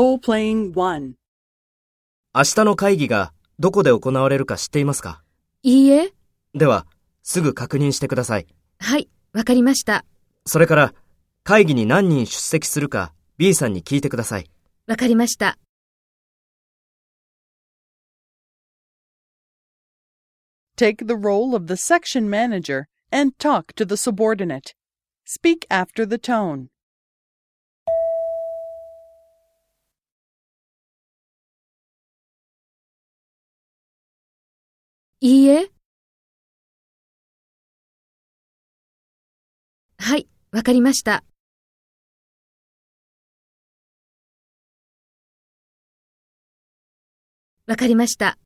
Role-playing 1. 明日の会議がどこで行われるか知っていますかいいえ。では、すぐ確認してください。はい、わかりました。それから、会議に何人出席するか B さんに聞いてください。わかりました。 Take the role of the section manager and talk to the subordinate. Speak after the tone. いいえ。はい、わかりました。わかりました。